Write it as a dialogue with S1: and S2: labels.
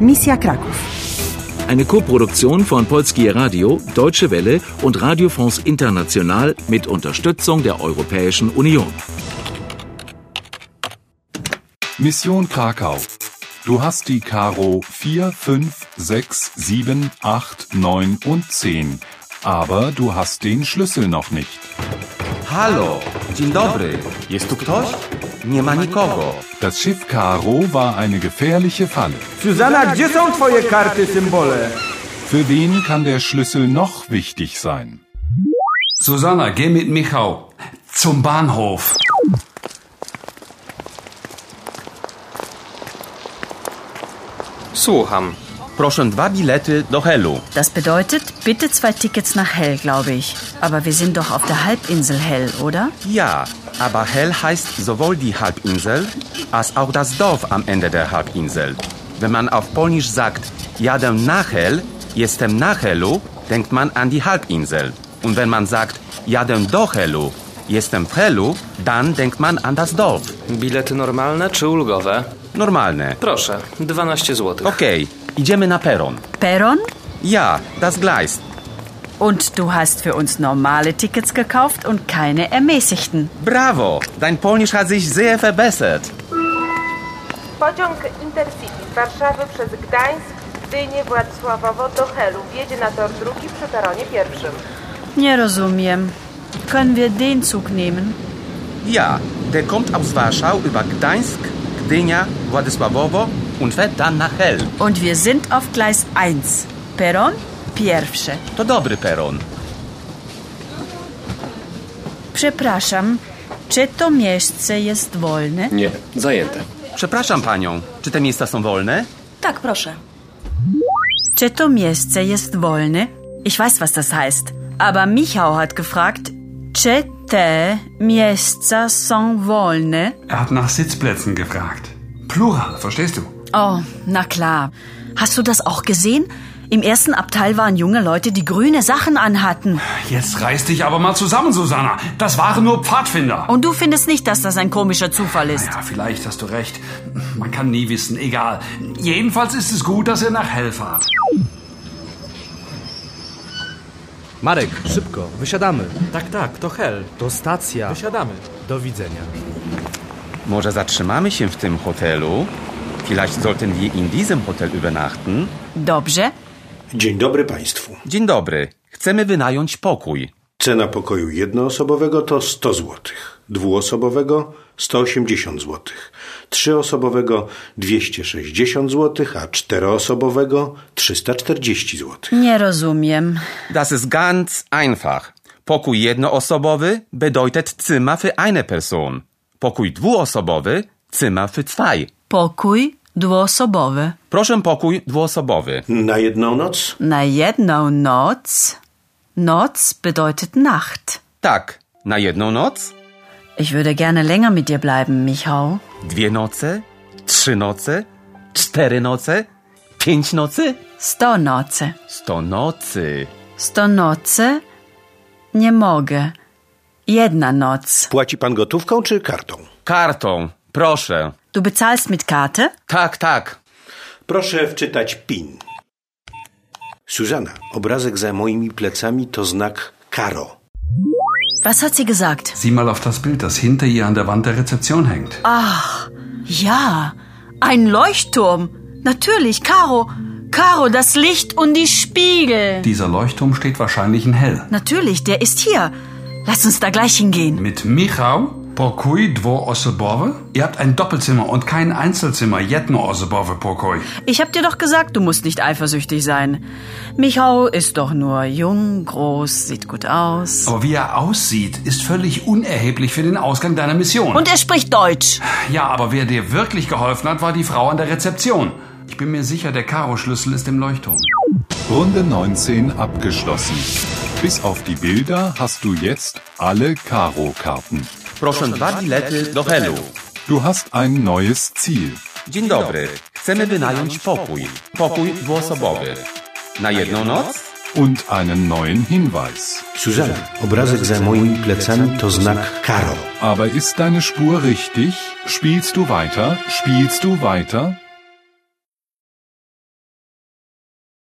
S1: Misja Kraków.
S2: Eine Koproduktion von Polskie Radio, Deutsche Welle und Radio France International mit Unterstützung der Europäischen Union.
S3: Mission Krakau. Du hast die Karo 4, 5, 6, 7, 8, 9 und 10. Aber du hast den Schlüssel noch nicht.
S4: Halo, dzień dobry. Jest tu ktoś? Nie ma nikogo.
S3: Das Schiff Karo war eine gefährliche Falle.
S5: Suzanna, gdzie są twoje karty, symbole?
S3: Für wen kann der Schlüssel noch wichtig sein?
S6: Susanna, geh mit Michau zum Bahnhof.
S4: Słucham. Proszę dwa bilety do Helu.
S7: Das bedeutet, bitte zwei Tickets nach Hell, glaube ich. Aber wir sind doch auf der Halbinsel Hell, oder?
S4: Ja, aber Hell heißt sowohl die Halbinsel, als auch das Dorf am Ende der Halbinsel. Wenn man auf Polnisch sagt, jadę na Hell, jestem na Helu, denkt man an die Halbinsel. Und wenn man sagt, jadę do Helu, jestem w Helu, dann denkt man an das Dorf.
S8: Bilety normalne czy ulgowe?
S4: Normalne.
S8: Proszę, 12 zł.
S4: Okej, idziemy na peron.
S7: Peron?
S4: Ja, das Gleis.
S7: Und du hast für uns normale Tickets gekauft und keine ermäßigten.
S4: Brawo! Dein Polnisch hat sich sehr verbessert.
S9: Pociąg Intercity z Warszawy przez Gdańsk, Gdynię, Władysławowo do Helu wjedzie na tor drugi przy peronie pierwszym.
S7: Nie rozumiem. Können wir den Zug nehmen?
S4: Ja, der kommt aus Warschau über Gdańsk, Gdynia, Władysławowo und fährt dann nach Hell.
S7: Und wir sind auf Gleis 1. Peron pierwsze.
S4: To dobry peron.
S7: Przepraszam, czy to miejsce jest wolne?
S8: Nie, zajęte.
S4: Przepraszam panią, czy te miejsca są wolne?
S10: Tak, proszę.
S7: Czy to miejsce jest wolne? Ich weiß, was das heißt. Aber Michał hat gefragt, czy te miejsca są wolne?
S6: Er hat nach Sitzplätzen gefragt. Plural, verstehst du?
S7: Oh, na klar. Hast du das auch gesehen? Im ersten Abteil waren junge Leute, die grüne Sachen anhatten.
S6: Jetzt reiß dich aber mal zusammen, Susanna. Das waren nur Pfadfinder.
S7: Und du findest nicht, dass das ein komischer Zufall ist?
S6: Ja, vielleicht hast du recht. Man kann nie wissen, egal. Jedenfalls ist es gut, dass ihr nach Hell fahrt.
S11: Marek, szybko, wysiadamy.
S5: Tak, tak, to Hel.
S11: To stacja.
S5: Siadamy.
S11: Do widzenia.
S4: Może zatrzymamy się w tym hotelu? Vielleicht sollten wir in diesem Hotel übernachten?
S7: Dobrze.
S12: Dzień dobry Państwu.
S4: Dzień dobry. Chcemy wynająć pokój.
S12: Cena pokoju jednoosobowego to 100 zł, dwuosobowego 180 zł, trzyosobowego 260 zł, a czteroosobowego 340 zł.
S7: Nie rozumiem.
S4: Das ist ganz einfach. Pokój jednoosobowy bedeutet Zimmer für eine Person. Pokój dwuosobowy Zimmer für zwei.
S7: Pokój dwuosobowy.
S4: Proszę pokój dwuosobowy.
S12: Na jedną noc?
S7: Na jedną noc. Noc bedeutet Nacht.
S4: Tak, na jedną noc?
S7: Ich würde gerne länger mit dir bleiben, Michał.
S4: Dwie noce? Trzy noce? Cztery noce? Pięć nocy?
S7: Sto noce.
S4: Sto nocy.
S7: Sto noce? Nie mogę. Jedna noc.
S12: Płaci Pan gotówką czy kartą?
S4: Kartą, proszę.
S7: Du bezahlst mit Karte?
S4: Tak, tak.
S12: Proszę wczytać PIN. Suzana, obrazek za moimi plecami to znak Karo.
S7: Was hat sie gesagt?
S6: Sieh mal auf das Bild, das hinter ihr an der Wand der Rezeption hängt.
S7: Ja, ein Leuchtturm. Natürlich, Caro. Caro, das Licht und die Spiegel.
S6: Dieser Leuchtturm steht wahrscheinlich in Hell.
S7: Natürlich, der ist hier. Lass uns da gleich hingehen.
S6: Mit Michał, Pokój dwuosobowy? Ihr habt ein Doppelzimmer und kein Einzelzimmer, jednoosobowy Pokój.
S7: Ich hab dir doch gesagt, du musst nicht eifersüchtig sein. Michał ist doch nur jung, groß, sieht gut aus.
S6: Aber wie er aussieht, ist völlig unerheblich für den Ausgang deiner Mission.
S7: Und er spricht Deutsch.
S6: ja, aber wer dir wirklich geholfen hat, war die Frau an der Rezeption. Ich bin mir sicher, der Karo-Schlüssel ist im Leuchtturm.
S3: Runde 19 abgeschlossen. Bis auf die Bilder hast du jetzt alle Karo-Karten.
S4: Proszę dwa bilety do Helu.
S3: Du hast ein neues Ziel.
S4: Dzień dobry. Chcemy wynająć pokój. Pokój dwuosobowy. Na jedną noc?
S3: Und einen neuen Hinweis.
S12: Suzana, obrazek za moimi plecami to znak Karo.
S3: Aber ist deine Spur richtig? Spielst du weiter? Spielst du weiter?